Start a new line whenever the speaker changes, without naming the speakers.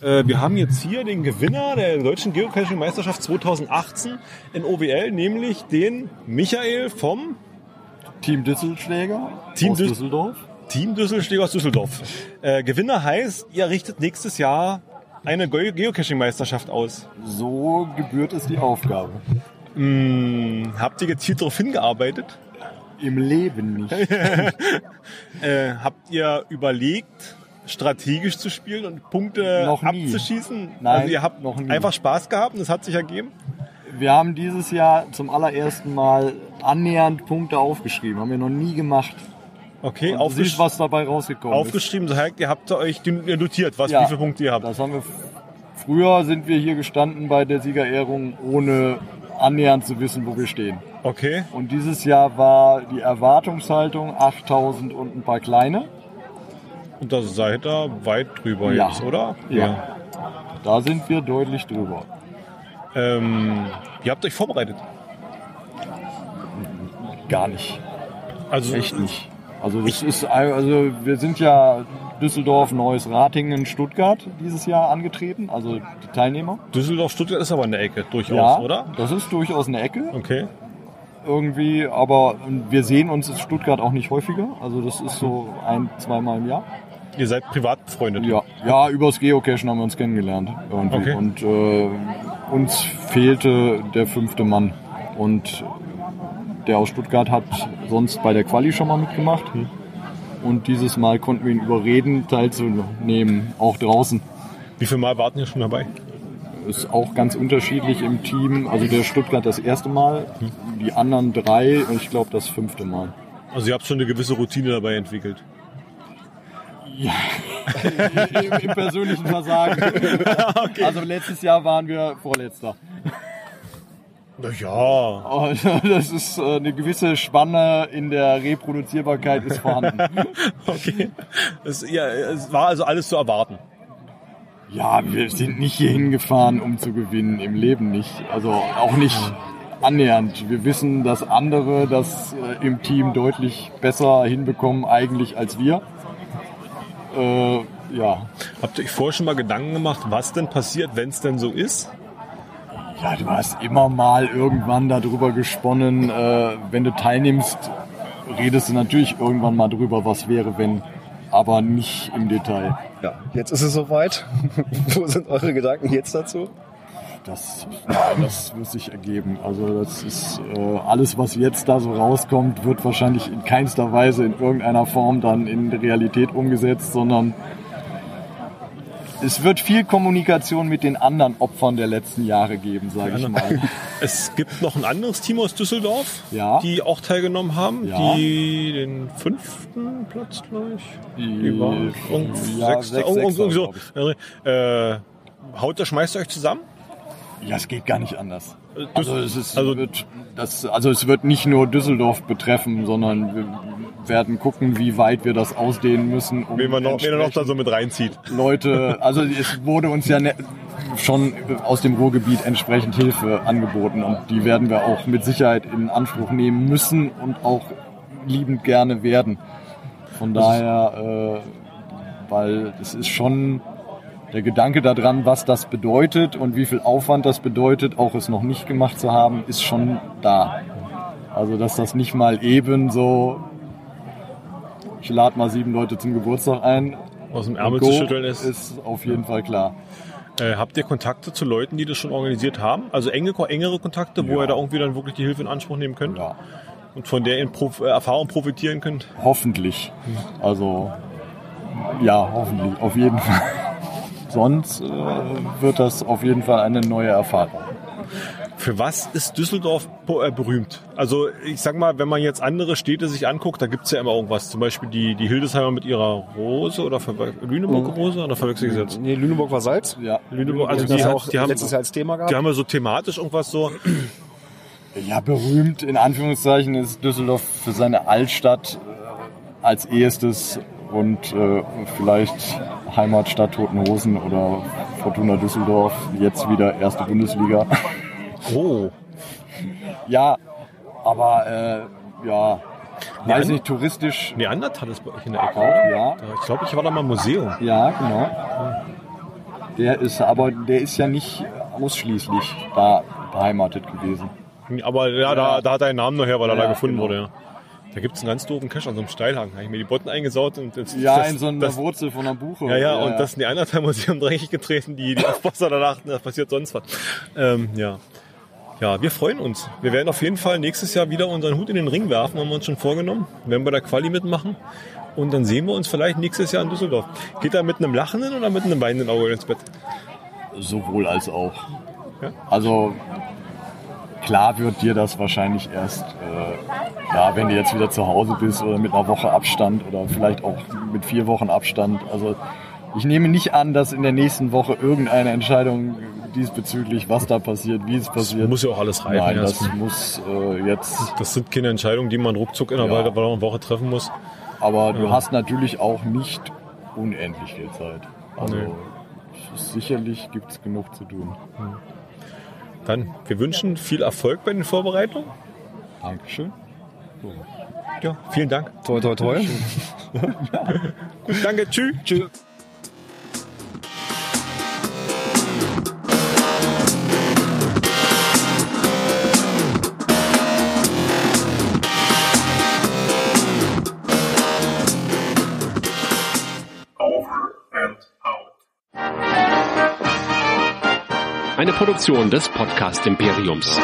Äh, wir haben jetzt hier den Gewinner der deutschen Geocaching-Meisterschaft 2018 in OWL, nämlich den Michael vom
Team Düsselschläger
Team
aus
Düs-
Düsseldorf.
Team Düsseldorf aus Düsseldorf. Äh, Gewinner heißt, ihr richtet nächstes Jahr eine Ge- Geocaching-Meisterschaft aus.
So gebührt es die Aufgabe.
Hm, habt ihr gezielt darauf hingearbeitet?
Im Leben nicht.
Äh, habt ihr überlegt, strategisch zu spielen und Punkte
Noch nie.
abzuschießen?
Nein,
also ihr habt
noch nie.
einfach Spaß gehabt und es hat sich ergeben?
Wir haben dieses Jahr zum allerersten Mal annähernd Punkte aufgeschrieben. Haben wir noch nie gemacht.
Okay,
Und
aufgesch-
siehst, was dabei rausgekommen ist.
aufgeschrieben, so heißt, ihr habt euch die- ihr notiert, was,
Ja.
wie viele Punkte ihr habt.
Das haben wir früher sind wir hier gestanden bei der Siegerehrung, ohne annähernd zu wissen, wo wir stehen.
Okay,
Und dieses Jahr war die Erwartungshaltung 8000 und ein paar kleine.
und da seid ihr weit drüber
Ja.
jetzt, oder?
Ja. Da sind wir deutlich drüber.
Ja. Ähm, ihr habt euch vorbereitet.
Gar nicht.
Also
Echt nicht. Also das ist ein- also wir sind ja Düsseldorf, Neues Ratingen, Stuttgart dieses Jahr angetreten, also die Teilnehmer.
Düsseldorf, Stuttgart ist aber in der Ecke durchaus, oder?
Das ist durchaus eine Ecke.
Okay.
irgendwie, aber wir sehen uns in Stuttgart auch nicht häufiger. Also das ist so ein, zweimal im Jahr.
Ihr seid privat befreundet.
Ja, ja übers Geocachen haben wir uns kennengelernt. Irgendwie.
Okay.
Und äh, uns fehlte der fünfte Mann. Und der aus Stuttgart hat sonst bei der Quali schon mal mitgemacht. Und dieses Mal konnten wir ihn überreden, teilzunehmen, auch draußen.
Wie viel Mal warten ihr schon dabei?
Ist auch ganz unterschiedlich im Team. Also der Stuttgart das erste Mal, die anderen drei und ich glaube das fünfte Mal.
Also ihr habt schon eine gewisse Routine dabei entwickelt.
Ja, im, im persönlichen Versagen. Also letztes Jahr waren wir Vorletzter.
Naja.
Und Oh, das ist äh, eine gewisse Spanne in der Reproduzierbarkeit ist vorhanden.
Okay. Es, ja, es war also alles zu erwarten.
Ja, wir sind nicht hier hingefahren, um zu gewinnen, im Leben nicht. Also auch nicht annähernd. Wir wissen, dass andere das äh, im Team deutlich besser hinbekommen eigentlich als wir. Äh, ja,
Habt ihr euch vorher schon mal Gedanken gemacht, was denn passiert, wenn es denn so ist?
Ja, du hast immer mal irgendwann darüber gesponnen, äh, wenn du teilnimmst, redest du natürlich irgendwann mal drüber, was wäre, wenn, aber nicht im Detail.
Ja, jetzt ist es soweit. Wo sind eure Gedanken jetzt dazu?
Das, das wird sich ergeben. Also das ist äh, alles, was jetzt da so rauskommt, wird wahrscheinlich in keinster Weise in irgendeiner Form dann in die Realität umgesetzt, sondern es wird viel Kommunikation mit den anderen Opfern der letzten Jahre geben, sage ich mal.
Es gibt noch ein anderes Team aus Düsseldorf,
Ja.
die auch teilgenommen haben,
Ja.
die den fünften Platz gleich
Die-
über und
ja,
sechster,
sechs-
irgend-
sechster,
irgendwie so.
glaub ich.
Äh, haut da schmeißt ihr euch zusammen?
Ja, es geht gar nicht anders.
Äh, Düs-
Also es, ist,
also-
wird, das, also es wird nicht nur Düsseldorf betreffen, sondern wir werden gucken, wie weit wir das ausdehnen müssen, um
Wen man noch, wen er noch da
entsprechend
so mit reinzieht.
Leute, also es wurde uns ja ne, schon aus dem Ruhrgebiet entsprechend Hilfe angeboten und die werden wir auch mit Sicherheit in Anspruch nehmen müssen und auch liebend gerne werden. Von daher, äh, weil es ist schon der Gedanke daran, was das bedeutet und wie viel Aufwand das bedeutet, auch es noch nicht gemacht zu haben, ist schon da. Also dass das nicht mal eben so, ich lade mal sieben Leute zum Geburtstag ein,
Aus dem Ärmel
Go
zu schütteln ist.
auf jeden Fall klar.
Äh, habt ihr Kontakte zu Leuten, die das schon organisiert haben? Also enge, engere Kontakte, wo
Ja.
ihr da irgendwie dann wirklich die Hilfe in Anspruch nehmen könnt
Ja,
und von der ihr in Prof äh, Erfahrung profitieren könnt?
hoffentlich. Also ja, hoffentlich, auf jeden Fall. Sonst äh, wird das auf jeden Fall eine neue Erfahrung.
Für was ist Düsseldorf po- äh, berühmt? Also ich sag mal, wenn man jetzt andere Städte sich anguckt, da gibt's ja immer irgendwas. Zum Beispiel die, die Hildesheimer mit ihrer Rose oder verwe- Lüneburger Rose oder verwechsel ich das jetzt?
Nee, Lüneburg war Salz.
Ja,
Mhm. Lüneburg, also
Wir hatten
die,
das ja
hat,
auch
die, haben,
letztes Jahr als Thema gehabt.
die haben ja so thematisch irgendwas so.
ja berühmt in Anführungszeichen ist Düsseldorf für seine Altstadt äh, als ehestes und äh, vielleicht Heimatstadt Toten Hosen oder Fortuna Düsseldorf, jetzt wieder erste Bundesliga.
Oh.
ja, aber äh, ja, weiß
an-
nicht, touristisch
Neandertal ist bei euch in der Ecke.
Auch, ja.
Ich glaube, ich war da mal im Museum.
Ja, genau. Der ist aber, der ist ja nicht ausschließlich da beheimatet gewesen.
Aber ja, Da,
Ja.
da hat er einen Namen nachher, weil er
Ja,
da gefunden
genau.
wurde. Ja. Da gibt es einen ganz doofen Cache an so einem Steilhang. Da habe ich mir die Botten eingesaut und jetzt,
Ja,
das,
in so einer
das,
Wurzel von einer Buche.
Ja, ja, und das Neandertal-Museum dreckig getreten, die, die Aufpasser da dachten, das passiert sonst was. Ähm, ja. ja, wir freuen uns. Wir werden auf jeden Fall nächstes Jahr wieder unseren Hut in den Ring werfen, haben wir uns schon vorgenommen. Werden bei der Quali mitmachen. Und dann sehen wir uns vielleicht nächstes Jahr in Düsseldorf. Geht er mit einem lachenden oder mit einem weinenden Auge ins Bett?
Sowohl als auch.
Ja.
Also klar wird dir das wahrscheinlich erst, äh, ja, wenn du jetzt wieder zu Hause bist oder mit einer Woche Abstand oder vielleicht auch mit vier Wochen Abstand. Also ich nehme nicht an, dass in der nächsten Woche irgendeine Entscheidung diesbezüglich, was da passiert, wie es passiert.
Muss ja auch alles reifen.
Nein,
ja.
das muss äh, jetzt.
das sind keine Entscheidungen, die man ruckzuck in einer
Ja.
Weile- einer Woche treffen muss.
Aber du
Ja.
hast natürlich auch nicht unendlich viel Zeit. Also
Nee.
sicherlich gibt es genug zu tun.
Dann, wir wünschen viel Erfolg bei den Vorbereitungen.
Dankeschön.
Ja, vielen Dank.
Toi, toi, toi.
Gut, danke, tschüss.
Tschüss.
over and out.
Eine Produktion des Podcast Imperiums.